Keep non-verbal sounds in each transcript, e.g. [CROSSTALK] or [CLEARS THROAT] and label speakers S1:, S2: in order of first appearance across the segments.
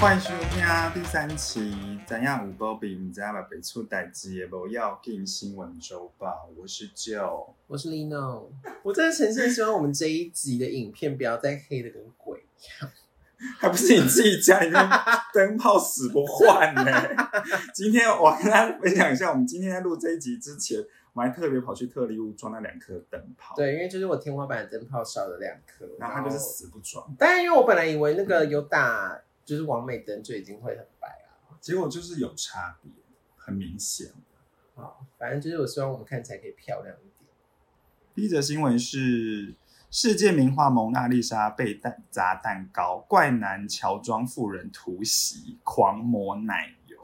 S1: 欢迎收听第三期《怎样五波比》，你知道吧？北处代志不要进新闻周报，我是 Joe。 [LAUGHS]
S2: 我是 Lino，我真的诚心希望我们这一集的影片不要再黑的跟鬼一样。
S1: 还不是你自己家里面灯泡死不换呢、今天我跟大家分享一下，我们今天在录这一集之前，我们还特别跑去特例屋装那两颗灯泡，，
S2: 对，因为就是我天花板的灯泡少了两颗，
S1: 然后他就是死不装，
S2: 当然因为我本来以为那个有打就是王美灯就已经会很白啊，
S1: 结果就是有差别，很明显。
S2: 好，反正就是我希望我们看起来可以漂亮一点。
S1: 第一则新闻是世界名画《蒙娜丽莎》被蛋砸蛋糕，怪男乔装富人突袭，狂抹奶油。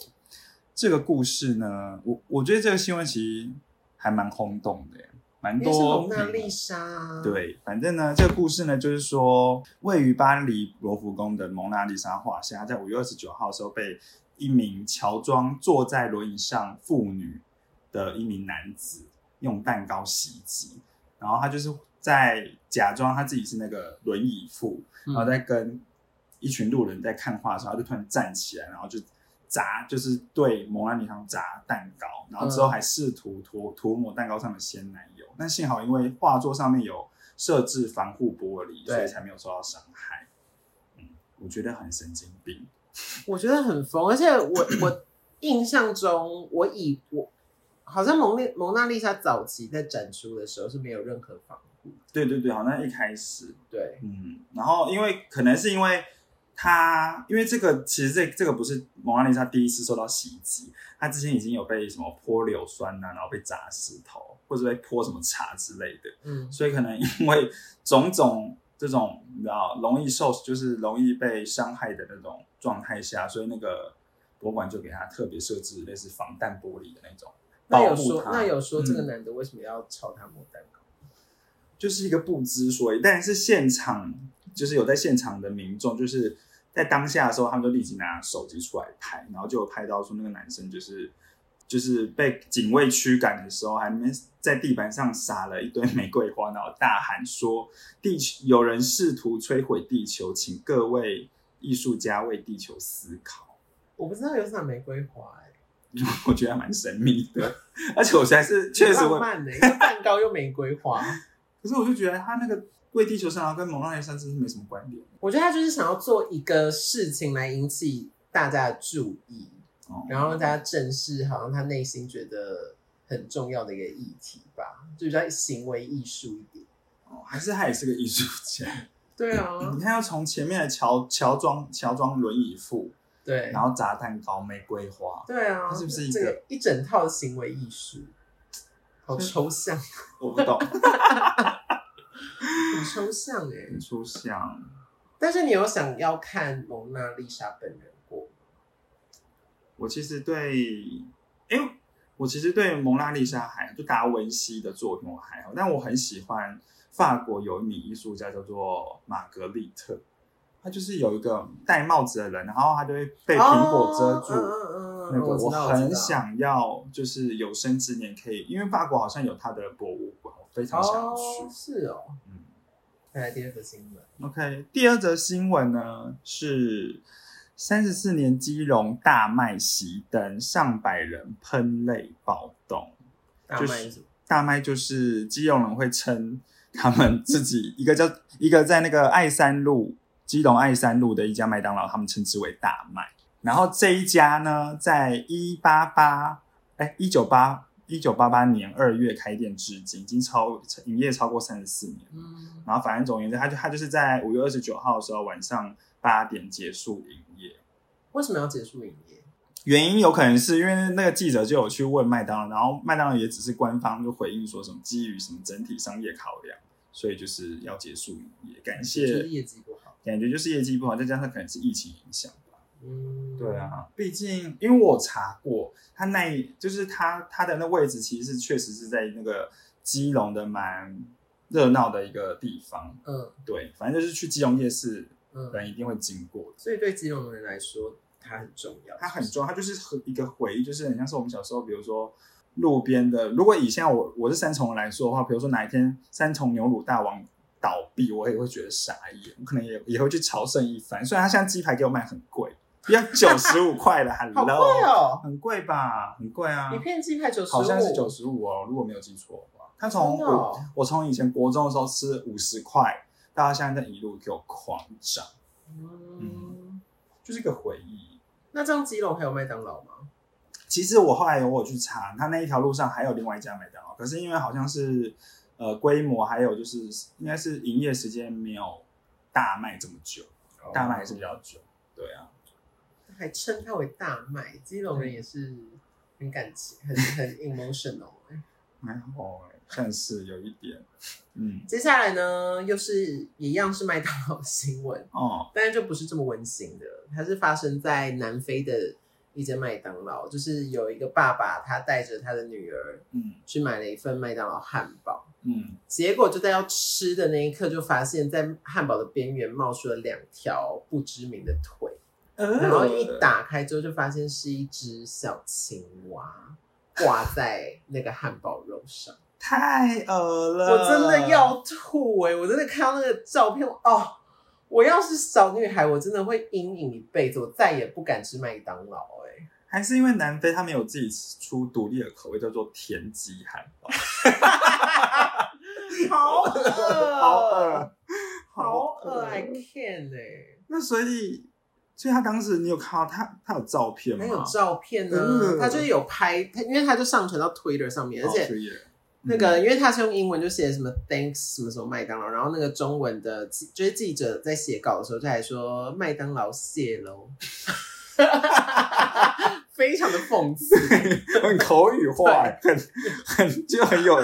S1: 这个故事呢，我我觉得这个新闻其实还蛮轰动的耶，蛮
S2: 因
S1: 多
S2: 为是蒙
S1: 评
S2: 娜丽莎啊，
S1: 对，反正呢，这个故事呢，就是说，位于巴黎罗浮宫的蒙娜丽莎画像，它在五月二十九号的时候被一名乔装坐在轮椅上妇女的一名男子用蛋糕袭击，然后他就是在假装他自己是那个轮椅妇，
S2: 嗯，
S1: 然后在跟一群路人在看画的时候，他就突然站起来，然后就砸，就是对蒙娜丽莎砸蛋糕，然后之
S2: 嗯
S1: 后还试图涂涂抹蛋糕上的鲜奶油，但幸好因为画作上面有设置防护玻璃，
S2: 对
S1: 所以才没有受到伤害。嗯，我觉得很神经病。
S2: 我觉得很疯，而且我我印象中，我以我好像蒙丽蒙娜丽莎早期在展出的时候是没有任何防护，
S1: 对对对，好像一开始，
S2: 对，
S1: 嗯，然后因为可能是因为他，因为这个其实这这个不是蒙娜丽莎第一次受到袭击，她之前已经有被什么泼硫酸啊呐、然后被砸石头，或者被泼什么茶之类的，
S2: 嗯，
S1: 所以可能因为种种这种你知道容易受就是容易被伤害的那种状态下，所以那个博物馆就给他特别设置类似防弹玻璃的那种。
S2: 那
S1: 保
S2: 有
S1: 护嗯
S2: 说
S1: 他。
S2: 那有说这个男的为什么要朝他抹蛋糕？
S1: 就是一个不知所以，但是现场就是有在现场的民众，就是在当下的时候，他们就立即拿手机出来拍，然后就有拍到说那个男生就是就是被警卫驱赶的时候，还没在地板上撒了一堆玫瑰花，然后大喊说地球有人试图摧毁地球，请各位艺术家为地球思考。
S2: 我不知道有撒玫瑰花、欸，
S1: 我觉得还蛮神秘的，而且我实在是确实
S2: 浪
S1: 我，
S2: 漫的、欸一个蛋糕又玫瑰花。 [LAUGHS]
S1: 可是我就觉得他那个为地球上，然后跟蒙娜丽莎真是没什么关联。
S2: 我觉得他就是想要做一个事情来引起大家的注意，
S1: 哦
S2: 然后让大家正视好像他内心觉得很重要的一个议题吧，就比较行为艺术一点。
S1: 哦，还是他也是个艺术家。
S2: 对啊，
S1: 你看，要从前面的乔乔装乔装轮椅妇，
S2: 对
S1: 然，后砸蛋糕、玫瑰花，
S2: 对啊，
S1: 它是不是一
S2: 这
S1: 个
S2: 个一整套的行为艺术？好抽象，
S1: [LAUGHS] 我不
S2: [LAUGHS]
S1: 懂，
S2: 很抽象哎、
S1: 很抽象。
S2: 但是你有想要看蒙娜丽莎本人过吗？
S1: 我其实对，哎、我其实对蒙娜丽莎还就达文西的作品我还好，但我很喜欢法国有一名艺术家叫做玛格丽特，他就是有一个戴帽子的人，然后他就会被苹果遮住。
S2: 哦嗯嗯嗯嗯，
S1: 那个
S2: 我知
S1: 我
S2: 道
S1: 很。
S2: 知道
S1: 想要，就是有生之年可以，因为法国好像有他的博物馆，我非常想要去。
S2: 哦，是哦。
S1: 嗯
S2: 再来第二个新闻，
S1: OK，第二则新闻呢是三十四年基隆大麦熄灯，上百人喷泪暴动。
S2: 大
S1: 就是
S2: 麦是什么？
S1: 大麦就是基隆人会称他们自己一个叫一个在那个爱山路基隆爱山路的一家麦当劳，他们称之为大麦。然后这一家呢，在一八八哎一九八一九八八年二月开店至今，已经超营业超过三十四年。
S2: 嗯，
S1: 然后反正总而言之，他就他就是在五月二十九号的时候晚上八点结束营业。
S2: 为什么要结束营业？
S1: 原因有可能是因为那个记者就有去问麦当劳，然后麦当劳也只是官方就回应说什么基于什么整体商业考量，所以就是要结束营业。感
S2: 就是
S1: 谢，
S2: 业绩不好。
S1: 感觉就是业绩不好，再加上可能是疫情影响吧。
S2: 嗯，
S1: 对，啊，毕竟因为我查过，他那一就是他他的那位置其实是确实是在那个基隆的蛮热闹的一个地方。
S2: 嗯
S1: 对，反正就是去基隆夜市
S2: 嗯，
S1: 人一定会经过的。
S2: 所以对基隆人来说，它很重要。
S1: 它很重要，它就是和一个回忆，就是很像是我们小时候，比如说路边的。如果以现在我我是三重人来说的话，比如说哪一天三重牛乳大王倒闭，我也会觉得傻眼，我可能也也会去朝圣一番。虽然它现在鸡排给我卖很贵，要九十五块的，Hello，
S2: 好贵哦！
S1: 很贵吧？很贵啊
S2: 一，片鸡排九十五，
S1: 好像是九十五哦，如果没有记错的话。他从
S2: 真的
S1: 我、
S2: 哦
S1: 我从以前国中的时候吃五十块，到现在这一路给我狂涨，
S2: 嗯，
S1: 就是一个回忆。
S2: 那这样基隆还有麦当劳吗？
S1: 其实我后来我有去查，他那一条路上还有另外一家麦当劳，可是因为好像是呃规模还有就是应该是营业时间没有大麦这么久，
S2: 哦
S1: 大麦还是比较久。对啊，
S2: 还称它为大麦，基隆人也是很
S1: [LAUGHS]
S2: 感情，很很 emotional 欸、
S1: 还好哎、算是有一点，嗯，
S2: 接下来呢，又是一样是麦当劳的新闻，
S1: 哦，
S2: 但是就不是这么温馨的，它是发生在南非的一间麦当劳，就是有一个爸爸他带着他的女儿
S1: 嗯
S2: 去买了一份麦当劳汉堡，
S1: 嗯，
S2: 结果就在要吃的那一刻，就发现，在汉堡的边缘冒出了两条不知名的腿，然
S1: 然
S2: 后一打开之后，就发现是一只小青蛙挂在那个汉堡肉上，
S1: 太恶了，
S2: [LAUGHS] 我真的要吐哎、我真的看到那个照片哦，我要是小女孩，我真的会阴影一辈子，我再也不敢吃麦当劳哎、
S1: 还是因为南非他们有自己出独立的口味，叫做田鸡汉堡，
S2: 好恶，
S1: 好恶，
S2: 好恶，I can't 哎、
S1: 那所以，所以他当时你有看到他他有照片吗？
S2: 还有照片呢、
S1: 嗯
S2: 他就是有拍，他因为他就上传到 Twitter 上面，而且
S1: 哦
S2: 那个，因为他是用英文就写什么 Thanks 什么什么麦当劳，然后那个中文的记就是记者在写稿的时候就还说麦当劳谢喽， [LAUGHS] 非常的讽刺。
S1: 很口语化，很很就很有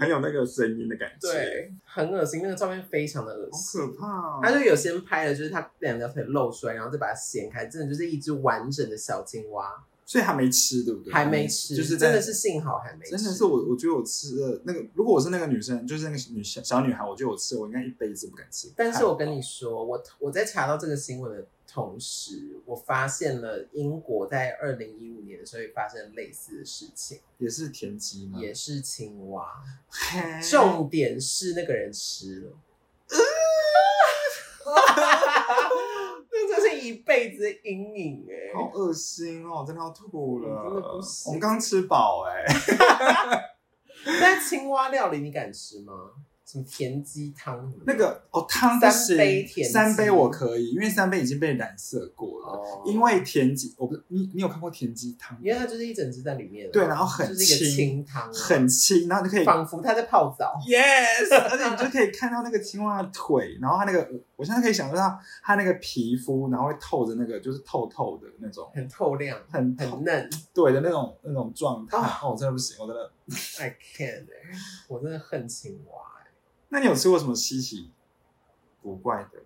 S1: 很有那个声音的感觉，，
S2: 对，很恶心，那个照片非常的恶
S1: 好
S2: 心。
S1: 可怕、哦。
S2: 他就有先拍了，就是他两条腿露出来，然后再把它掀开，真的就是一只完整的小青蛙，
S1: 所以还没吃，对不对？
S2: 还没吃，
S1: 就是在
S2: 真的是幸好还没吃，
S1: 真的是我，我觉得我吃的那个，如果我是那个女生，就是那个女小小女孩，我觉得我吃，我应该一辈子不敢吃。
S2: 但是我跟你说，我我在查到这个新闻的同时，我发现了英国在二零一五年的时候也发生类似的事情，
S1: 也是田鸡吗？
S2: 也是青蛙，
S1: 嘿
S2: 重点是那个人吃了。
S1: 啊
S2: [LAUGHS] 那真是一辈子的阴影哎、
S1: 好恶心哦，真的要吐了，
S2: 嗯真的不行
S1: 我们刚吃饱哎、
S2: [LAUGHS] 但青蛙料理你敢吃吗？什么田鸡汤什么的？
S1: 那个哦汤不行
S2: 三杯田鸡
S1: 三杯我可以，因为三杯已经被染色过了。
S2: 哦，
S1: 因为田鸡，我不是你，你有看过田鸡汤？
S2: 因为它就是一整只在里面啊，
S1: 对然后很
S2: 就是一个
S1: 清
S2: 清汤啊，
S1: 很轻，然后你可以
S2: 仿佛它在泡澡。
S1: Yes，而且你就可以看到那个青蛙的腿，然后它那个，我现在可以想象它那个皮肤，然后会透着那个就是透透的那种，
S2: [LAUGHS] 很透亮，
S1: 很透
S2: 很嫩。
S1: 对的那种那种状态。
S2: 啊
S1: 哦，我真的不行，我真的。
S2: I can，、欸、我真的恨青蛙、欸。
S1: 那你有吃过什么稀奇古怪的？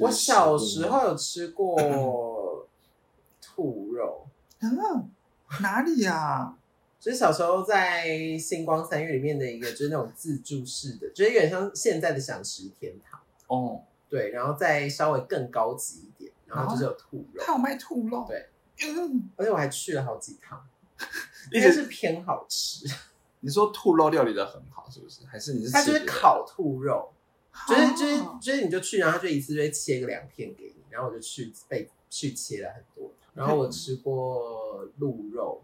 S2: 我
S1: 就是
S2: 小
S1: 食物
S2: 时候有吃过兔肉，
S1: 啊，哪里呀、啊？
S2: 就是小时候在星光三月里面的一个，就是那种自助式的，就是有点像现在的享食天堂。
S1: 哦，
S2: 对，然后再稍微更高级一点，然后就是有兔肉，
S1: 它有卖兔肉。
S2: 对，
S1: 嗯，
S2: 而且我还去了好几
S1: [LAUGHS]
S2: 趟，
S1: 一
S2: 应该
S1: 直
S2: 是偏好吃。
S1: 你说兔肉料理的很好，是不是？还是你是
S2: 它就
S1: 吃
S2: 是
S1: 别的，
S2: 烤兔肉，就是就是
S1: 哦
S2: 就是你就去，然后他就一次就会切个两片给你，然后我就去被去切了很多，然后我吃过鹿肉，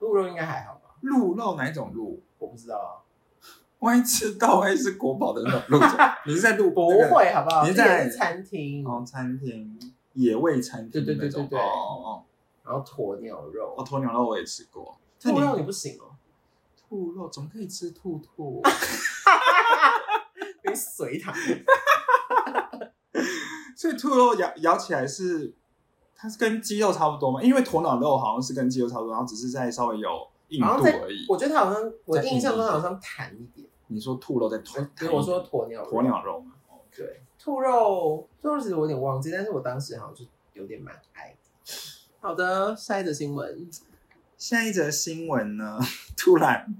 S2: 鹿肉应该还好吧，
S1: 鹿肉哪一种鹿？
S2: 我不知道啊，
S1: [LAUGHS] 万一吃到，万一是国宝的那种鹿 [LAUGHS] 角，你是在鹿
S2: 不
S1: 那个
S2: 会好不好？
S1: 你
S2: 这
S1: 在
S2: 也是餐厅，
S1: 哦，餐厅野味餐厅的那种，
S2: 对对对对对
S1: 哦
S2: 然后鸵鸟
S1: 哦哦，
S2: 肉，
S1: 鸵鸟肉我也吃过，
S2: 兔
S1: 那
S2: 肉
S1: 你
S2: 你不行哦，
S1: 兔肉怎么可以吃兔兔？
S2: 你随它，
S1: [LAUGHS] 所以兔肉咬咬起来是它是跟鸡肉差不多吗？因为鸵鸟肉好像是跟鸡肉差不多，然后只是在稍微有硬
S2: 然后
S1: 度
S2: 在
S1: 而已。
S2: 我觉得它好像我
S1: 再硬
S2: 印象中
S1: 一点
S2: 好像弹一点，
S1: 你说兔肉在鸵，
S2: 比如我说鸵鸟
S1: 鸵
S2: 肉，
S1: 鸟肉嘛，哦
S2: 对，兔肉兔肉其实我有点忘记，但是我当时好像就有点蛮爱的。好的，下一则新闻，
S1: 下一则新闻呢， [LAUGHS] 突然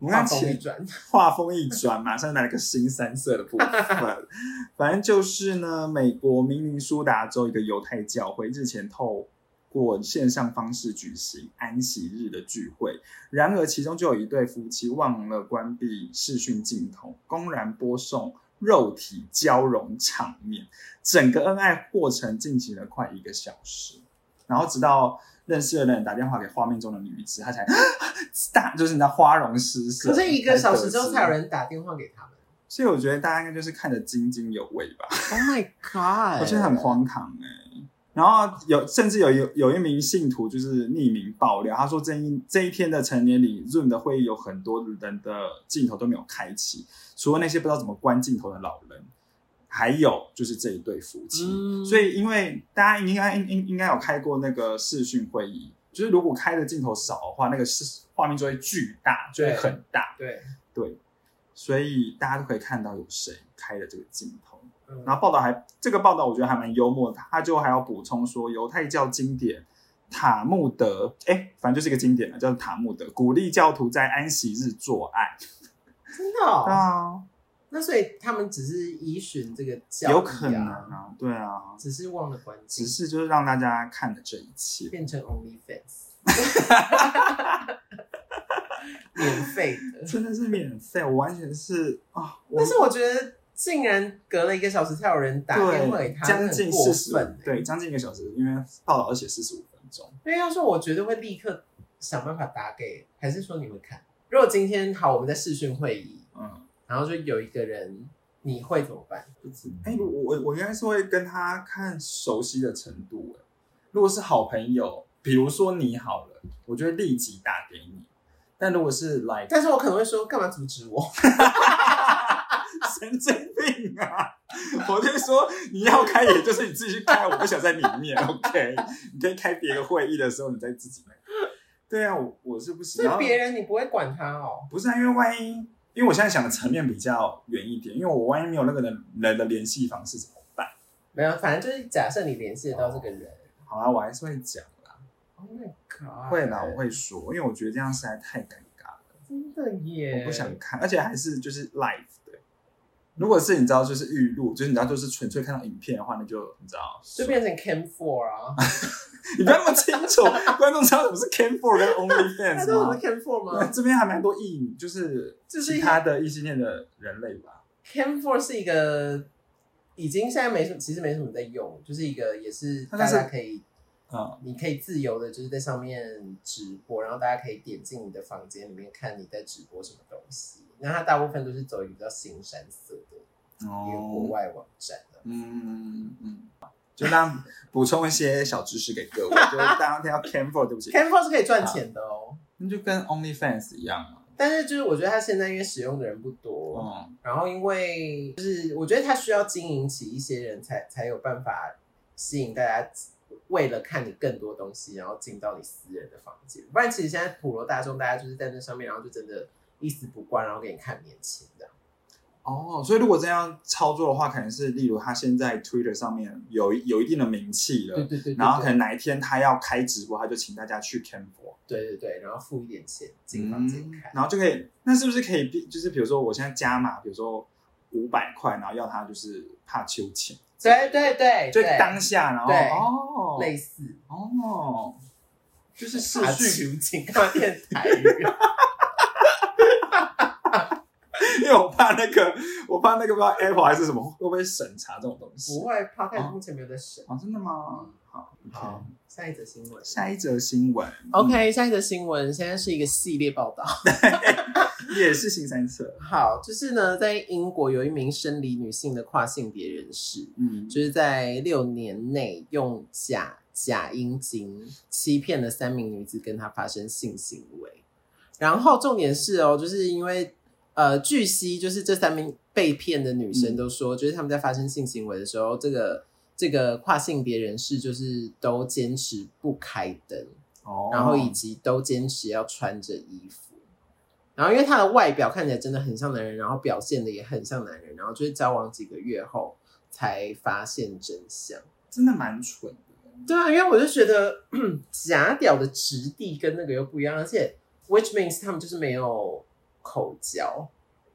S1: 我们
S2: 画
S1: 看
S2: 风一
S1: 前 [LAUGHS]
S2: 转，
S1: 画风一转，马上来了个新三色的部分。反正就是呢，美国明尼苏达州一个犹太教会日前透过线上方式举行安息日的聚会，然而其中就有一对夫妻忘了关闭视讯镜头，公然播送肉体交融场面，整个恩爱过程进行了快一个小时。然后直到认识的人打电话给画面中的女子，他才大就是你知道花容失色。
S2: 可是一个小时之后才有
S1: 人，
S2: 人打电话给他们。
S1: 所以我觉得大家应该就是看得津津有味吧。
S2: Oh my god！
S1: 我觉得很荒唐哎、然后有甚至有有有一名信徒就是匿名爆料，他说这一这一天的成年礼 Zoom 的会议有很多人的镜头都没有开启，除了那些不知道怎么关镜头的老人，还有就是这一对夫妻。
S2: 嗯
S1: 所以因为大家应该应应应该有开过那个视讯会议，就是如果开的镜头少的话，那个视画面就会巨大，就会很大。
S2: 对，
S1: 对，所以大家都可以看到有谁开了这个镜头。
S2: 嗯
S1: 然后报道还这个报道我觉得还蛮幽默的，他就还要补充说，犹太教经典塔木德，哎，反正就是一个经典了，叫塔木德，鼓励教徒在安息日做爱。
S2: 真的哦。
S1: 啊，
S2: 那所以他们只是依循这个教义啊
S1: 有可能啊，对啊，
S2: 只是忘了关机
S1: 只，是就是让大家看了这一切。
S2: 变成 Only
S1: [LAUGHS]
S2: Fans，免费的。
S1: 真的是免费，我完全是啊，我
S2: 但是我觉得，竟然隔了一个小时才有人打电话给
S1: 对
S2: 他，
S1: 将近
S2: 那很过
S1: 四十
S2: 分欸。
S1: 对，将近一个小时，因为报道而且四十五分钟。
S2: 因为要说，我绝对会立刻想办法打给，还是说你们看？如果今天好，我们在视讯会议，
S1: 嗯，
S2: 然后就有一个人，你会怎么办？
S1: 哎、我我我应该是会跟他看熟悉的程度、哎，如果是好朋友，比如说你好了，我就会立即打给你。但如果是来
S2: 但是我可能会说，干嘛阻止我？ [LAUGHS]
S1: 神经病啊， [LAUGHS] 我就说你要开也就是你自己去开，我不想在里面。OK，你可以开别个会议的时候，你再自己来。对啊，我我是不行。
S2: 所以
S1: 然后
S2: 别人你不会管他哦。
S1: 不是啊，因为万一，因为我现在想的层面比较远一点，因为我万一没有那个人人的联系方式怎么办？
S2: 没有，反正就是假设你联系得到这个人。
S1: 好啦，我还是会讲啦，
S2: Oh my god！
S1: 会啦，我会说，因为我觉得这样实在太尴尬了，
S2: 真的耶！
S1: 我不想看，而且还是就是 live 的。如果是你知道就是预录，就是你知道就是纯粹看到影片的话，那就你知道，
S2: 就变成 Cam Four
S1: [LAUGHS]
S2: 啊。
S1: 你不要那么清楚，观众知道什么是 Cam Four 跟 Only
S2: [LAUGHS] 他
S1: Fans
S2: 说我
S1: 吗
S2: 是？Cam Four
S1: 那
S2: 吗
S1: 这边还蛮多异，就是
S2: 就是
S1: 其他的异性恋的人类吧。
S2: ？Cam Four 是一个已经现在没什么，其实没什么在用，就是一个也是
S1: 它
S2: 大
S1: 就是
S2: 家可以，
S1: 嗯，
S2: 你可以自由的，就是在上面直播，然后大家可以点进你的房间里面看你在直播什么东西。那它大部分都是走一个比较新山色的一个
S1: 哦
S2: 国外网站的。
S1: 嗯，嗯，就当补充一些小知识给各位，就是大家听到 Cam Four，对不起，
S2: Cam Four 是可以赚钱的哦，
S1: 那就跟 OnlyFans 一样嘛。
S2: 但是就是我觉得它现在因为使用的人不多，
S1: 嗯，
S2: 然后因为就是我觉得他需要经营起一些人才才有办法吸引大家，为了看你更多东西，然后进到你私人的房间。不然其实现在普罗大众大家就是在那上面，然后就真的一丝不挂，然后给你看面前这样。
S1: 哦，所以如果这样操作的话，可能是例如他现在 Twitter 上面有有一定的名气了，
S2: 对对对对
S1: 然后可
S2: 对
S1: 能哪一天他要开直播，他就请大家去 Cam Four
S2: 对对对，然后付一点钱进房间看。
S1: 嗯然后就可以，那是不是可以变？就是比如说我现在加码，比如说五百块，然后要他就是怕秋千，
S2: 对对对，
S1: 就
S2: 对
S1: 当下，然后
S2: 对
S1: 哦，
S2: 类似
S1: 哦，就是视
S2: 啊
S1: 讯
S2: 情景看电台语。
S1: [LAUGHS] 因为我怕那个，我怕那个不知道 Apple 还是什么会不会审查这种东西
S2: 不。会 p o d 目前没有在审。
S1: 哦，真的吗？
S2: 嗯
S1: 好，
S2: 好，下一则新闻。嗯
S1: 下一则新闻
S2: OK，下一则新闻现在是一个系列报道。 [LAUGHS]
S1: 嗯 [LAUGHS] 也是新三色。
S2: 好，就是呢，在英国有一名生理女性的跨性别人士，
S1: 嗯，
S2: 就是在六年内用假假阴茎欺骗了三名女子跟她发生性行为。然后重点是哦，就是因为呃，据悉就是这三名被骗的女生
S1: 嗯
S2: 都说，就是他们在发生性行为的时候，这个这个跨性别人士就是都坚持不开灯。
S1: 哦
S2: 然后以及都坚持要穿着衣服。然后因为他的外表看起来真的很像男人，然后表现的也很像男人，然后就是交往几个月后才发现真相。
S1: 真的蛮蠢的。
S2: 对啊，因为我就觉得 [CLEARS THROAT] 假屌的质地跟那个又不一样，而且 which means 他们就是没有口交。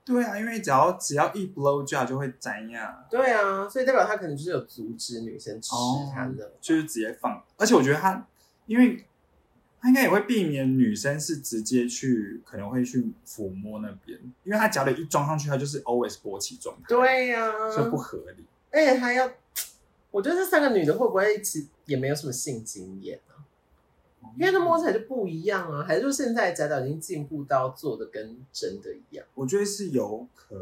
S1: 对啊，因为只要只要一 blow job 就会粘呀，
S2: 对啊，所以代表他可能就是有阻止女生吃他的。
S1: 哦就是直接放。而且我觉得他，因为他应该也会避免女生是直接去，可能会去抚摸那边，因为他脚
S2: 啊
S1: 底一装上去，他就是 always 勃起状态，
S2: 对呀、
S1: 所以不合理。
S2: 而且他要，我觉得这三个女的会不会其实也没有什么性经验啊？因为她摸起来就不一样啊，还是说现在贾导已经进步到做的跟真的一样？
S1: 我觉得是有可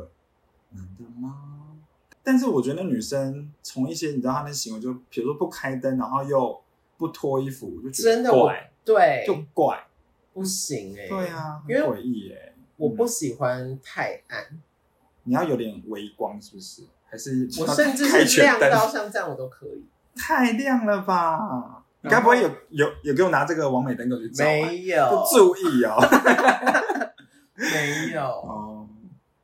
S1: 能的吗？但是我觉得那女生从一些你知道她的行为，就比如说不开灯，然后又不脱衣服，我就觉得
S2: 真的我
S1: 怪，
S2: 对，
S1: 就怪。
S2: 不行哎、
S1: 对，啊，
S2: 因为
S1: 很嗯诡异耶。
S2: 我不喜欢太暗，
S1: 你要有点微光，是不是？还是
S2: 我
S1: 要
S2: 甚至
S1: 开
S2: 是
S1: 全
S2: 亮
S1: 灯
S2: 到像这样我都可以。
S1: 太亮了吧？你
S2: 然
S1: 该
S2: 后
S1: 不会有有有给我拿这个完美灯给我去照吧？
S2: 没
S1: 不
S2: 有，
S1: 注意哦。 [LAUGHS]
S2: 没有，
S1: 哦，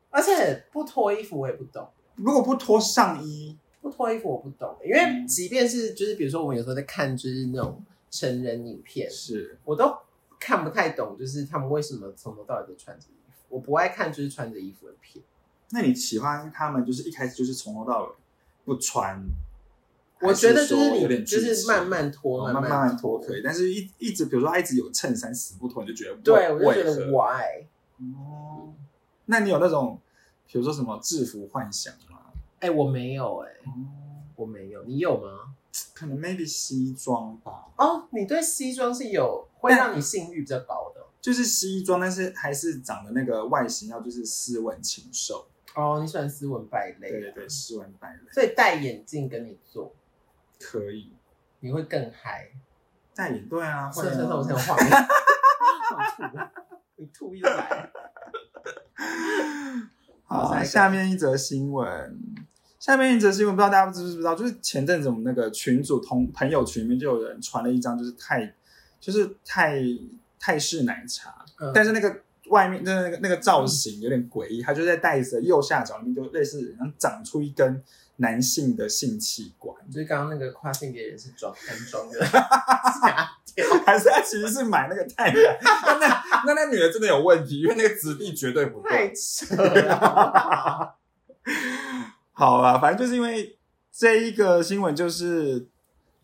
S2: 而且不脱衣服我也不懂。
S1: 如果不脱上衣，
S2: 不脱衣服我不懂，因
S1: 嗯
S2: 为即便是就是比如说我们有时候在看就是那种成人影片，
S1: 是
S2: 我都看不太懂，就是他们为什么从头到尾都穿着衣服。我不爱看就是穿着衣服的片，
S1: 那你喜欢他们就是一开始就是从头到尾不穿？
S2: 我觉得
S1: 还
S2: 就是
S1: 说有
S2: 你
S1: 点
S2: 就
S1: 拒
S2: 是
S1: 绝
S2: 慢慢脱，
S1: 哦慢
S2: 慢
S1: 慢脱
S2: 脱
S1: 可以，。但是一一直比如说他一直有衬衫死不脱，你就觉得
S2: 对，我就觉
S1: 为
S2: 得
S1: 何
S2: why？
S1: 哦，那你有那种比如说什么制服幻想吗？
S2: 哎、我没有哎、
S1: 哦，
S2: 我没有，你有吗？
S1: 可能 maybe 西装吧，
S2: 哦，你对西装是有会让你性欲比较高的
S1: 就是西装，但是还是长得那个外形要就是斯文禽兽，
S2: 哦，你喜欢斯文败类，啊
S1: 对对对，，斯文败类
S2: 所以戴眼镜跟你做，
S1: 可以
S2: 你会更嗨。
S1: 戴眼对啊，会
S2: 是是是，我才有
S1: 啊，
S2: 画面，好吐， [LAUGHS] 你吐又来。
S1: 好，
S2: 好下一个
S1: 哦下面一则新闻。下面一则新闻，不知道大家知不知道，就是前阵子我们那个群组同朋友群里面就有人传了一张，就是泰，就是泰泰式奶茶，
S2: 嗯
S1: 但是那个外面的那个那个造型有点诡异，它就在袋子的右下角里面就类似像长出一根男性的性器官，
S2: 就是刚刚那个跨性别人是装安装的
S1: [LAUGHS]
S2: 假掉，
S1: 还是他其实是买那个泰奶？那那那那女的真的有问题，因为那个质地绝对不
S2: 太
S1: 对。
S2: 扯 [LAUGHS] 了好不好。
S1: [LAUGHS] 好啦，反正就是因为这一个新闻，就是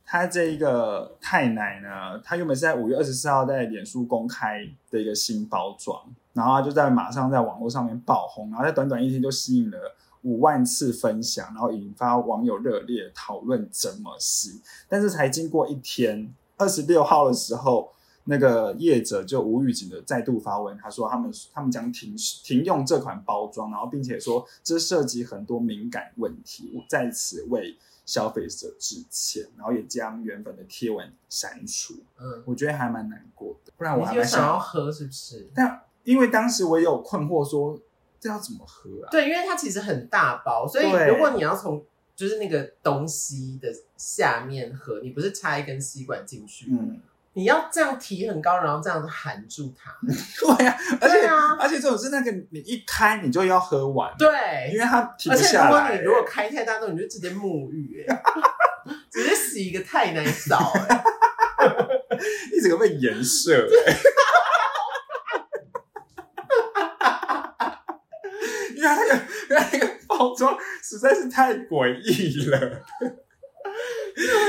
S1: 他这一个太奶呢，他原本是在五月二十四号在脸书公开的一个新包装，然后他就在马上在网络上面爆红，然后在短短一天就吸引了。五万次分享，然后引发网友热烈讨论怎么洗，但是才经过一天，二十六号的时候，那个业者就无预警的再度发文，他说他们他们将停停用这款包装，然后并且说这涉及很多敏感问题，我在此为消费者致歉，然后也将原本的贴文删除。
S2: 嗯，
S1: 我觉得还蛮难过的，不然我还
S2: 你就
S1: 蛮
S2: 想
S1: 想
S2: 要喝是不是？
S1: 但 [LAUGHS] 因为当时我也有困惑说这要怎么喝啊？
S2: 对，因为它其实很大包，所以
S1: 对
S2: 如果你要从就是那个东西的下面喝，你不是插一根吸管进去，
S1: 嗯，
S2: 你要这样提很高，然后这样子含住它。
S1: 嗯对呀、 [LAUGHS] 而且、
S2: 对啊，
S1: 而且这种是那个你一开你就要喝完，
S2: 对，
S1: 因为它停
S2: 而
S1: 不
S2: 且如
S1: 下
S2: 果
S1: 来、欸
S2: 你如果开太大洞，你就直接沐浴、欸， [LAUGHS] 直接洗一个太奶澡、欸， [LAUGHS]
S1: 一整个被颜欸射、 [LAUGHS] 因为它那个，因为它那个包装实在是太诡异了，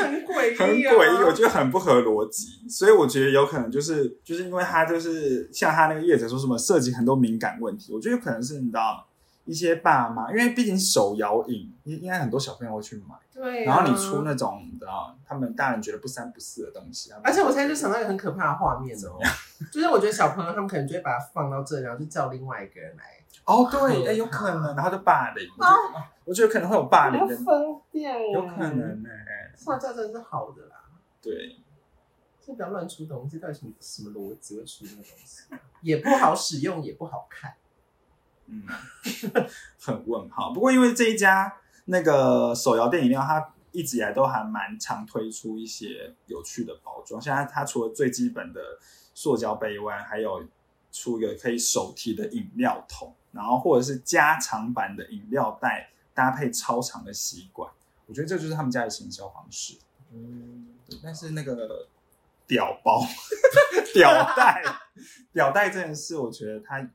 S2: 很诡异、啊，
S1: 很诡异，我觉得很不合逻辑，所以我觉得有可能就是就是因为它就是像他那个业者说什么涉及很多敏感问题，我觉得有可能是你知道一些爸妈，因为毕竟手摇饮应应该很多小朋友会去买，
S2: 对、啊
S1: 然后你出，那种你知道他们大人觉得不三不四的东西，他们
S2: 而且我现在就想到一个很可怕的画面
S1: 怎
S2: 哦
S1: 么、
S2: [LAUGHS] 就是我觉得小朋友他们可能就会把它放到这，然后就叫另外一个人来，
S1: 哦，
S2: 很
S1: 对， [LAUGHS] 哎、有可
S2: 怕
S1: 能，啊然后就霸凌，我觉得、我觉得可能会有霸凌的，
S2: 疯掉，
S1: 有可，能哎、
S2: 上架真的是好的啦，
S1: 对，
S2: 就不要乱出东西，到底什么什么逻辑会出那个东西，也不好使用，也不好看，
S1: 嗯， [LAUGHS] 很问号。不过因为这一家那个手摇店饮料，它一直以来都还蛮常推出一些有趣的包装。现在它除了最基本的塑胶杯以外，还有出一个可以手提的饮料桶，然后或者是加长版的饮料袋，搭配超长的吸管。我觉得这就是他们家的行销方式。
S2: 嗯，
S1: 但是那个屌包、 [LAUGHS] 屌带、屌带这件事，我觉得它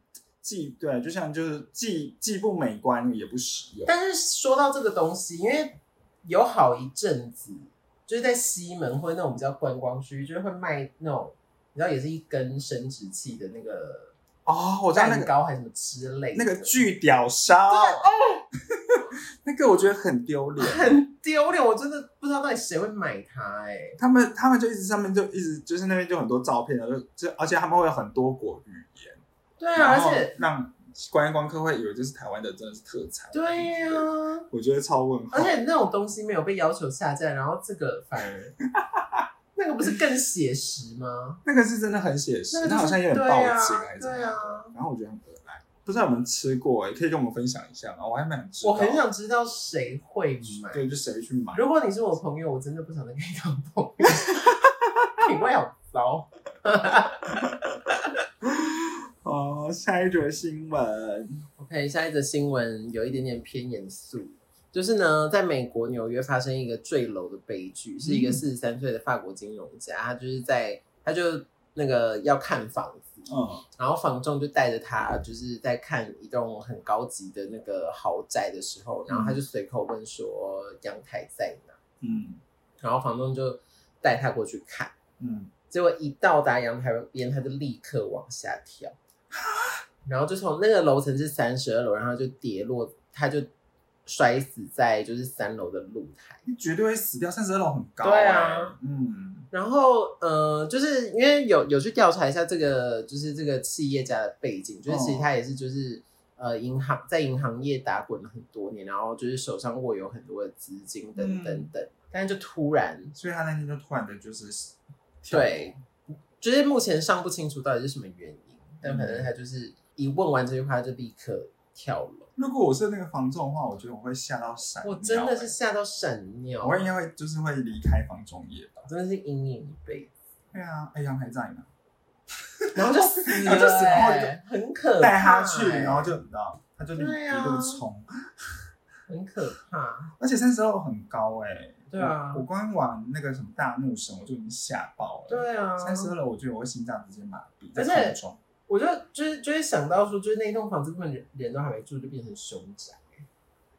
S1: 既对，就像就是既既不美观也不实用。
S2: 但是说到这个东西，因为有好一阵子，就是在西门或者那种比较观光区，就是会卖那种，你知道也是一根生殖器的那个
S1: 哦，我知道那
S2: 蛋
S1: 个
S2: 糕还是什么之类的
S1: 那个巨屌烧，
S2: 对哦，
S1: [LAUGHS] 那个我觉得很丢脸，
S2: 很丢脸，我真的不知道到底谁会买它哎、
S1: 他们他们就一直上面就一直就是那边就很多照片，啊就就而且他们会有很多国语言，
S2: 对啊，
S1: 然
S2: 而
S1: 后
S2: 且
S1: 让观光客会以为这是台湾的，真的是特产。
S2: 对啊呀、
S1: 我觉得超问号。
S2: 而且那种东西没有被要求下架，然后这个反
S1: [LAUGHS]
S2: 而那个不是更写实吗？
S1: 那个是真的很写实，
S2: 那
S1: 那
S2: 个就是
S1: 好像有点
S2: 对
S1: 报
S2: 啊
S1: 警还是怎么
S2: 对
S1: 样。
S2: 啊，
S1: 然后我觉得很可爱，不知道有没有吃过、欸，可以跟我们分享一下吗？我还蛮想知道。
S2: 我很想知道谁会买。
S1: 对，就谁去买？
S2: 如果你是我朋友，我真的不想再跟你当朋
S1: [LAUGHS]
S2: 友，品味好糟。
S1: 哦，下一则新闻，
S2: OK，下一则新闻有一点点偏严肃，就是呢，在美国纽约发生一个坠楼的悲剧，是一个
S1: 嗯
S2: 四十三岁的法国金融家，他就是在他就那个要看房子，
S1: 嗯
S2: 然后房仲就带着他，就是在看一栋很高级的那个豪宅的时候，然后他就随口问说阳台在哪，
S1: 嗯
S2: 然后房东就带他过去看，
S1: 嗯，
S2: 结果一到达阳台边，他就立刻往下跳， [LAUGHS] 然后就从那个楼层是三十二楼，然后就跌落，他就摔死在就是三楼的露台。
S1: 你绝对会死掉，三十二楼很高、
S2: 对啊，
S1: 嗯
S2: 然后，呃，就是因为有有去调查一下这个，就是这个企业家的背景，就是
S1: 哦
S2: 其实他也是就是、呃，银行在银行业打滚了很多年，然后就是手上握有很多的资金等等等，但是就突然
S1: 所以他那天就突然的就是跳楼
S2: 对，就是目前尚不清楚到底是什么原因，但反
S1: 嗯
S2: 正他就是一问完这句话他就立刻跳楼，
S1: 如果我是那个房仲的话，我觉得我会吓到闪、欸
S2: 我真的是，吓到闪尿，
S1: 我应该会就是会离开房仲业吧。
S2: 真的是阴影一
S1: [LAUGHS]
S2: 辈子，
S1: 对啊，哎，阳台在呢，
S2: 然后就死了、
S1: 然后就死然后
S2: 欸很可怕、
S1: 带他去，
S2: 欸
S1: 然后就你知道，他就一
S2: 对啊
S1: 一路冲，
S2: 很可怕。
S1: 而且三十二楼很高哎。
S2: 对啊
S1: 我我光玩那个什么大怒神，我就已经吓爆了。
S2: 对啊，
S1: 三十二楼，我觉得我会心脏直接麻痹，
S2: 而
S1: 在
S2: 且
S1: 空中。
S2: 我就就是就会想到说，就是那一栋房子根本人人都还没住，就变成凶宅。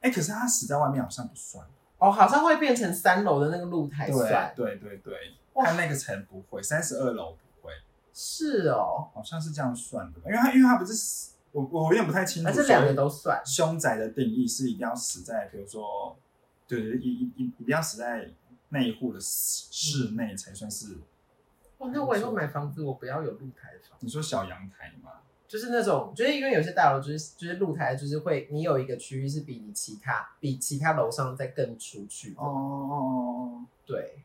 S1: 哎，可是他死在外面好像不算。
S2: 哦，好像会变成三楼的那个露台
S1: 对
S2: 算
S1: 对对对，
S2: 哇
S1: 他那个层不会，三十二楼不会，
S2: 是哦，
S1: 好像是这样算的吧。因为他因为他不是死，我我有点不太清楚。
S2: 而且两
S1: 所
S2: 个
S1: 以
S2: 都算。
S1: 凶宅的定义是一定要死在，比如说，对，一一一一定要死在内户的室室内才算是。
S2: 哇，哦那我以后买房子，我不要有露台房，
S1: 你说小阳台吗？
S2: 就是那种，就是因为有些大楼就是就是露台，就是会你有一个区域是比你其他比其他楼上再更出去的。
S1: 哦哦哦，
S2: 对，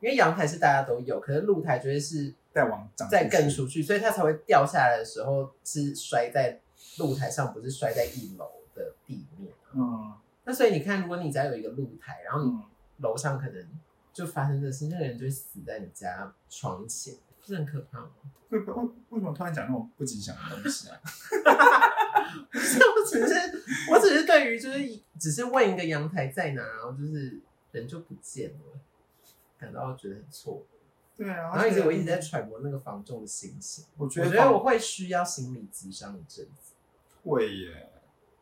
S2: 因为阳台是大家都有，可是露台就会是
S1: 再往长
S2: 再更
S1: 出去
S2: 出去，所以它才会掉下来的时候是摔在露台上，不是摔在一楼的地面。
S1: 嗯
S2: 那所以你看，如果你家有一个露台，然后你
S1: 嗯，
S2: 楼上可能就发生这事，那个人就会死在你家床前，不是很可怕吗？ [LAUGHS]
S1: 为为为什么突然讲那种不吉祥的东西啊？
S2: 不是，我只是我只是对于就是只是问一个阳台在哪，然后就是人就不见了，感到觉得很错愕。
S1: 对啊，
S2: 然后以及我一直在，揣摩那个房仲的心情，
S1: 我
S2: 我
S1: 觉
S2: 觉
S1: 得
S2: 得我会需要心理咨商一阵子。
S1: 会耶，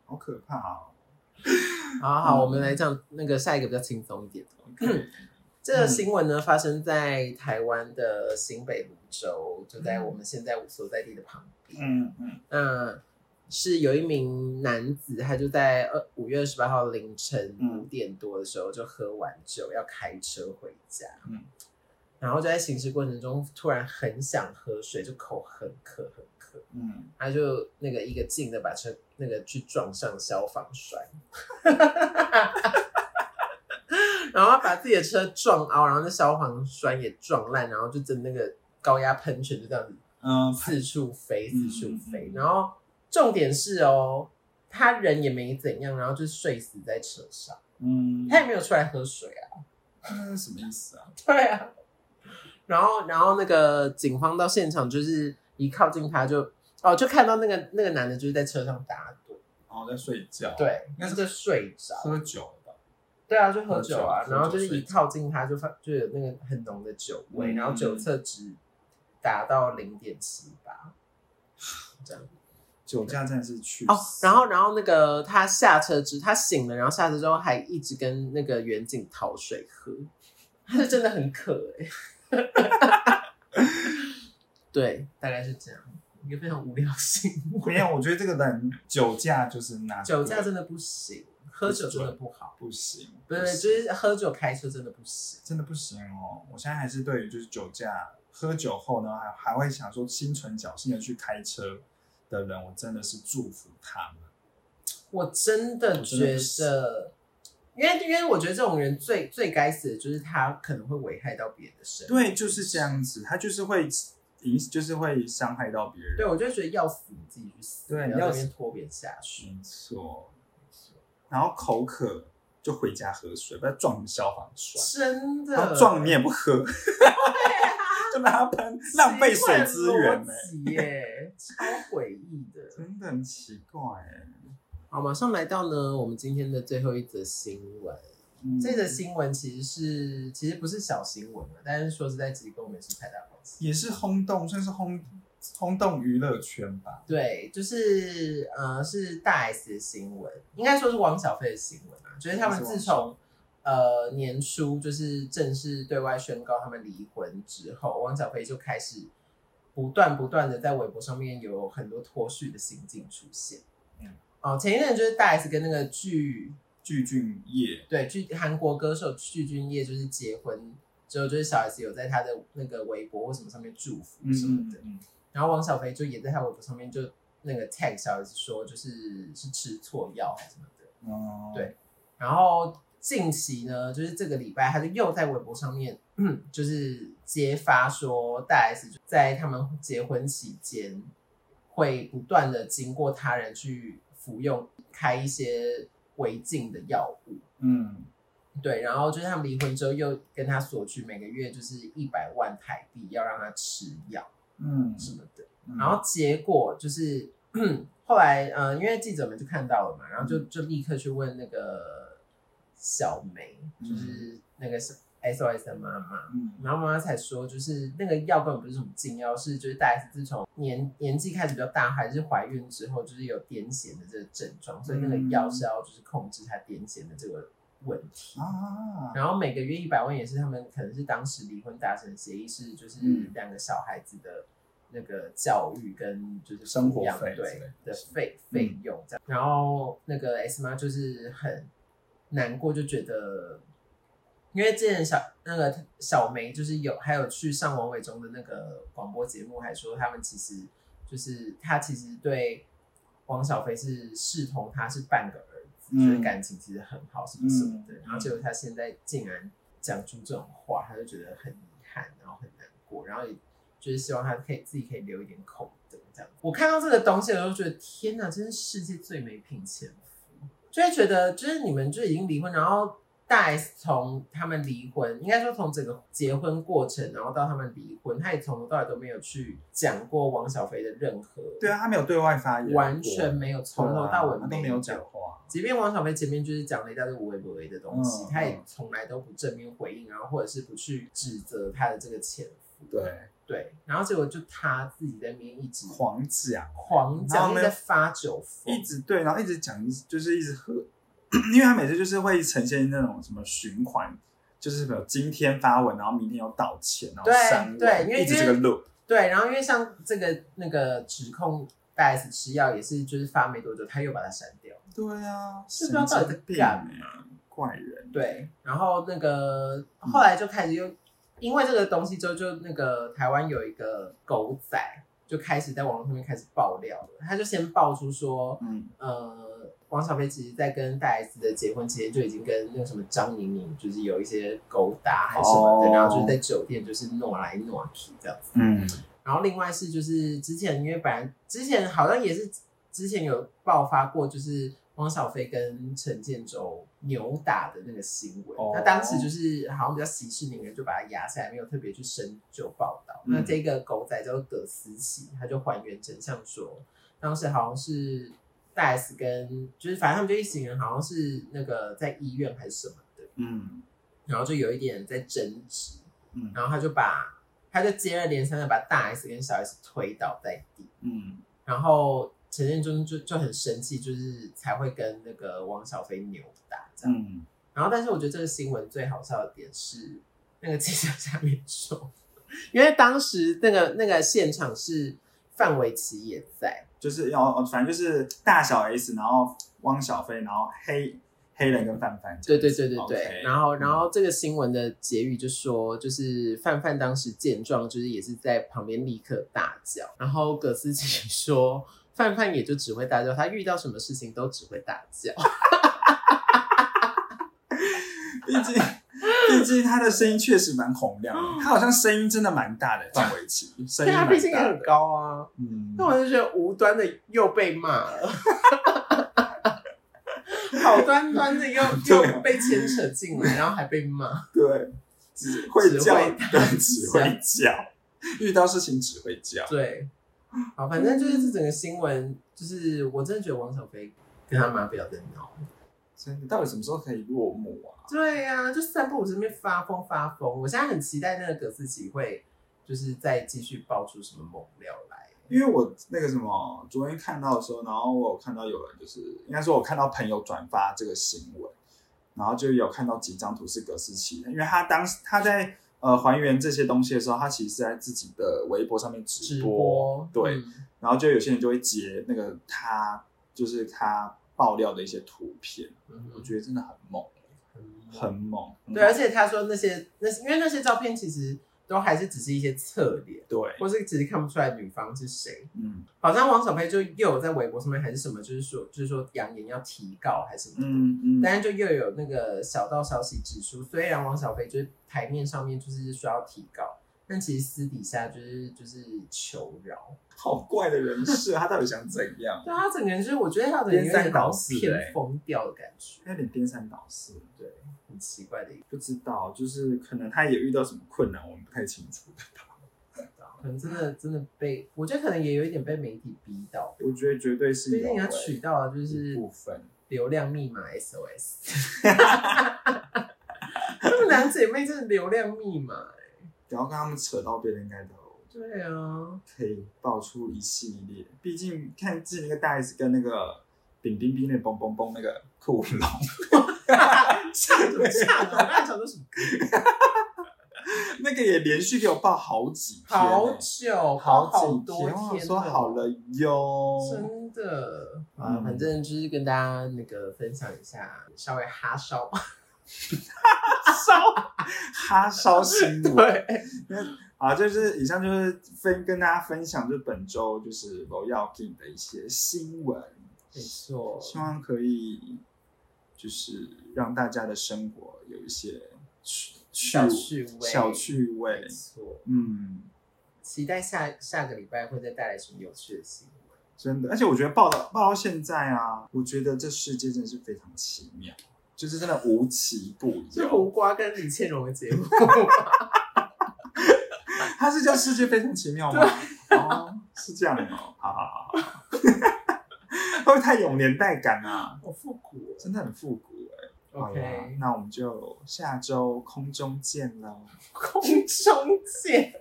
S1: 好可怕哦。
S2: 好
S1: 嗯
S2: 好，我们来讲那个下一个比较轻松一点的。 [LAUGHS]
S1: OK，
S2: 这个新闻
S1: 嗯
S2: 呢，发生在台湾的新北泸州，就在我们现在所在地的旁边。
S1: 嗯嗯
S2: 那是有一名男子，他就在二五月二十八号凌晨
S1: 嗯
S2: 五点多的时候就喝完酒，要开车回家。
S1: 嗯
S2: 然后就在行驶过程中，突然很想喝水，就口很渴很渴，
S1: 嗯，
S2: 他就那个一个劲的把车那个去撞上消防栓， [LAUGHS] 然后他把自己的车撞凹，然后那消防栓也撞烂，然后就真的那个高压喷泉就这样子
S1: 嗯，
S2: 四处飞，四
S1: 嗯
S2: 处飞
S1: 嗯。嗯
S2: 然后重点是哦，他人也没怎样，然后就睡死在车上，
S1: 嗯，
S2: 他也没有出来喝水啊。 [LAUGHS]
S1: 那是什么意思啊？
S2: 对啊。然后，然后那个警方到现场，就是一靠近他就哦，就看到那个那个男的就是在车上打盹，
S1: 哦，在睡觉，，
S2: 对，
S1: 那是
S2: 就睡着，
S1: 喝酒了吧？
S2: 对啊，就喝酒啊
S1: 喝，酒
S2: 然后就是
S1: 喝酒
S2: 一靠近他就发就有那个很浓的酒味，
S1: 嗯
S2: 然后酒测值达到零点七八，这样。
S1: 酒驾真的是去
S2: 哦，
S1: 死
S2: 然后然后那个他下车之他醒了，然后下车之后还一直跟那个远景讨水喝， [LAUGHS] 他是真的很渴哎、对， [LAUGHS] 大概是这样，一个非常无聊的新闻。
S1: 没有，我觉得这个人酒驾就是拿
S2: 酒驾真的不行，喝酒真的不好，
S1: 不行，
S2: 不是就是喝酒开车真的不行。
S1: 真的不行哦。我现在还是对于就是酒驾，喝酒后呢还还会想说心存侥幸的去开车的人，我真的是祝福他们。
S2: 我真的觉得，因为因为我觉得这种人最最该死的就是他可能会危害到别人的生命。
S1: 对，就是这样子，他就是会影，就是会伤害到别人。
S2: 对，我就觉得要死你自己去死，
S1: 对
S2: 不要在
S1: 要
S2: 那
S1: 死
S2: 边拖别人下水。
S1: 没错，然后口渴就回家喝水，不要撞什么消防栓，
S2: 真
S1: 然
S2: 的
S1: 后撞你也不喝，
S2: 啊
S1: [LAUGHS] 就让他喷，浪费水资源欸呢、
S2: 奇怪的逻辑耶，超诡异的。
S1: 真的很奇怪哎、
S2: 好，马上来到呢，我们今天的最后一则新闻。
S1: 嗯
S2: 这则新闻其实是其实不是小新闻了，但是说实在，其实跟我们也是太大关系。
S1: 也是轰动，算是轰轰动娱乐圈吧。
S2: 对，就是呃，是大 S 的新闻，应该说是王小飞的新闻啊，就是
S1: 哦
S2: 他们自从呃年初就是正式对外宣告他们离婚之后，王小飞就开始不断不断的在微博上面有很多脱序的行径出现。
S1: 嗯，
S2: 哦，前一阵就是大 S 跟那个剧
S1: 具俊晔，
S2: 对，具韩国歌手具俊晔就是结婚之后，就是小 S 有在他的那个微博或什么上面祝福什么的，
S1: 嗯，
S2: 然后王小飞就也在他微博上面就那个 tag 小 S 说就是是吃错药还是什么的，
S1: 哦
S2: 对然后近期呢，就是这个礼拜他就又在微博上面嗯就是揭发说大 S 就在他们结婚期间会不断的经过他人去服用开一些违禁的药物。
S1: 嗯，
S2: 对，然后就是他们离婚之后又跟他索取每个月就是一百万台币，要让他吃药
S1: 嗯
S2: 什么的。
S1: 嗯，
S2: 然后结果就是 [CLEARS THROAT] 后来，嗯、因为记者们就看到了嘛，然后就就立刻去问那个小梅，就是那个小 SOS 的妈妈，
S1: 嗯，
S2: 然后妈妈才说，就是那个药根本不是什么禁药，是就是大 S 自从年年纪开始比较大，还是怀孕之后，就是有癫痫的这个症状，所以那个药是要就是控制她癫痫的这个问题。
S1: 啊，
S2: 然后每个月一百万也是他们可能是当时离婚达成的协议，是就是
S1: 嗯
S2: 两个小孩子的那个教育跟就是
S1: 生活
S2: 抚养
S1: 费之类
S2: 对
S1: 的嗯
S2: 的费费用这样。然后那个 S 妈就是很难过，就觉得。因为之前小那个小梅就是有还有去上王伟忠的那个广播节目，还说他们其实就是他其实对王小飞是视同他是半个儿子，
S1: 嗯
S2: 就是感情其实很好什么什么的。
S1: 嗯
S2: 然后结果他现在竟然讲出这种话，他就觉得很遗憾，然后很难过，然后也就是希望他可以自己可以留一点口德这样。我看到这个东西，我就觉得天哪，真是世界最没品前夫，就会觉得就是你们就已经离婚，然后。大 S 从他们离婚，应该说从整个结婚过程，然后到他们离婚，他也从头到尾都没有去讲过王小飞的任何
S1: 对啊，他没有对外发言，
S2: 完全没有，从头到尾
S1: 他都没有
S2: 有
S1: 讲。话，
S2: 即便王小飞前面就是讲了一大堆无微不微的东西，
S1: 嗯
S2: 他也从来都不正面回应，然后或者是不去指责他的这个前夫。
S1: 对，
S2: 对，然后结果就他自己在那边一直
S1: 狂讲，
S2: 狂
S1: 然
S2: 讲，
S1: 后
S2: 一
S1: 呢
S2: 直在发酒疯，
S1: 一直对，然后一直讲，就是一直喝， [COUGHS] 因为他每次就是会呈现那种什么循环。就是比如今天发文，然后明天又道歉，然后
S2: 对
S1: 删文，
S2: 对因为
S1: 一直
S2: 因为
S1: 这个 loop，
S2: 对，然后因为像这个那个指控大 S 吃药也是，就是发没多久他又把它删掉。
S1: 对啊，
S2: 是
S1: 神
S2: 不知道到底在
S1: 经病
S2: 干
S1: 啊，怪人，
S2: 对，然后那个后来就开始又、因为这个东西之后，就那个台湾有一个狗仔就开始在网络上面开始爆料了，他就先爆出说，
S1: 嗯，
S2: 呃，王小飞其实在跟大 S 的结婚期间就已经跟那个什么张宁宁就是有一些勾搭还是什么的，
S1: 哦
S2: 然后就是在酒店就是弄来弄去这样子。
S1: 嗯
S2: 然后另外是就是之前因为本来之前好像也是之前有爆发过，就是汪小菲跟陈建州扭打的那个新闻。
S1: 哦
S2: 那当时就是好像比较息事宁人，就把他压下来，没有特别去深究报道。
S1: 嗯
S2: 那这个狗仔叫做葛思琪，他就还原真相说，当时好像是大 S 跟就是反正他们就一行人好像是那个在医院还是什么的，
S1: 嗯
S2: 然后就有一点在争执，
S1: 嗯
S2: 然后他就把他就接二连三的把大 S 跟小 S 推倒在地，
S1: 嗯
S2: 然后陈建忠就就很生气，就是才会跟那个王小飞扭打这样。
S1: 嗯，
S2: 然后，但是我觉得这个新闻最好笑的点是那个记者下面说， [LAUGHS] 因为当时那个那个现场是范玮琪也在，
S1: 哦就是要，反正就是大小 S，然后汪小菲，然后黑黑人跟范范这
S2: 对
S1: 样子。
S2: 对对对对。
S1: OK 嗯
S2: 然后，然后这个新闻的结语就说，就是范范当时见状，就是也是在旁边立刻大叫。然后葛斯奇 [LAUGHS] 说，范范也就只会大叫，他遇到什么事情都只会大叫。
S1: 毕竟，毕竟他的声音确实蛮洪亮的，他好像声音真的蛮大的，范玮琪声
S2: 对
S1: 音
S2: 他
S1: 蛮
S2: [LAUGHS] 毕竟也
S1: 大
S2: 很
S1: 的。
S2: 高啊。
S1: 嗯
S2: 那，我就觉得无端的又被骂了， [LAUGHS] 好端端的又
S1: [LAUGHS] 对啊
S2: 又被牵扯进来，然后还被骂。
S1: 对，只会叫，
S2: 只会
S1: 对，只会叫，遇到事情只会叫。
S2: 对，好，反正就是这整个新闻，就是我真的觉得王小飞跟他妈不要再闹。
S1: 真的，到底什么时候可以落幕啊？
S2: 对呀、就散步我这边发疯发疯。我现在很期待那个葛思琪会，就是再继续爆出什么猛料来。
S1: 因为我那个什么，昨天看到的时候，然后我有看到有人就是，应该说我看到朋友转发这个新闻，然后就有看到几张图是格斯奇的，因为他当时他在呃还原这些东西的时候，他其实是在自己的微博上面直
S2: 直播
S1: 对，
S2: 嗯
S1: 然后就有些人就会截那个他就是他爆料的一些图片，
S2: 嗯
S1: 我觉得真的很猛，很猛，很
S2: 对，
S1: 猛
S2: 而且他说那些那些因为那些照片其实都还是只是一些侧脸，
S1: 对，
S2: 或是只是看不出来女方是谁。
S1: 嗯
S2: 好像王小飞就又有在微博上面还是什么，就是说就是说扬言要提告还是什么的。
S1: 嗯嗯，
S2: 但是就又有那个小道消息指出，虽然王小飞就是台面上面就是说要提告，但其实私底下就是就是求饶。
S1: 好怪的人设，他到底想怎 [LAUGHS] 样？
S2: 对啊他整个人就是我觉得他的人有
S1: 颠三
S2: 点
S1: 倒
S2: 好
S1: 四
S2: 像
S1: 欸
S2: 偏疯掉的感觉，
S1: 有点颠三倒四，对。
S2: 很奇怪的一个
S1: 不知道，就是可能他也遇到什么困难，我们不太清楚。
S2: 道，啊可能真的真的被，我觉得可能也有一点被媒体逼到。
S1: 我觉得绝对是
S2: 毕
S1: 有
S2: 竟他
S1: 欸
S2: 取到的就
S1: 一
S2: 是
S1: 部分，
S2: 流量密码 [LAUGHS] SOS。他们两姐妹真的流量密码、欸。
S1: 不要跟他们扯到别人，应该都
S2: 对啊，
S1: 可以爆出一系列。毕竟看记那个大 S 跟那个饼冰冰那嘣嘣嘣那个库龙， [LAUGHS]
S2: 唱什么唱啊？我刚才想说什么？
S1: 那个也连续给我爆好几天欸、
S2: 好久，
S1: 好
S2: 好
S1: 几
S2: 多
S1: 天，我想
S2: 天哦
S1: 说好，了哟。
S2: 真的啊、
S1: 嗯
S2: 反正就是跟大家那个分享一下，稍微哈烧， [LAUGHS]
S1: 烧哈烧
S2: [LAUGHS]
S1: 新闻，
S2: 对，
S1: 啊，就是以上就是分跟大家分享，就是本周就是罗耀 King 的一些新闻，
S2: 没错，
S1: 希望可以就是让大家的生活有一些趣
S2: 小趣味，
S1: 小趣味
S2: 没。错，
S1: 嗯，
S2: 期待下下个礼拜会再带来什么有趣的新闻。
S1: 真的，而且我觉得报道报到现在啊，我觉得这世界真的是非常奇妙，就是真的无奇不
S2: 是胡
S1: 有。
S2: 瓜跟李倩蓉的节 [LAUGHS] 目，
S1: 它是叫世界非常奇妙吗？哦，是这样哦。好好好好，好 [LAUGHS] 会不会太有年代感啊？
S2: 好复古
S1: 真的很复古哎、
S2: 哦。
S1: 好啦
S2: OK，
S1: 那我们就下周空中见喽，
S2: 空中见。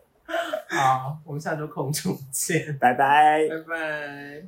S2: 好，我们下周空中见，
S1: 拜拜
S2: 拜拜。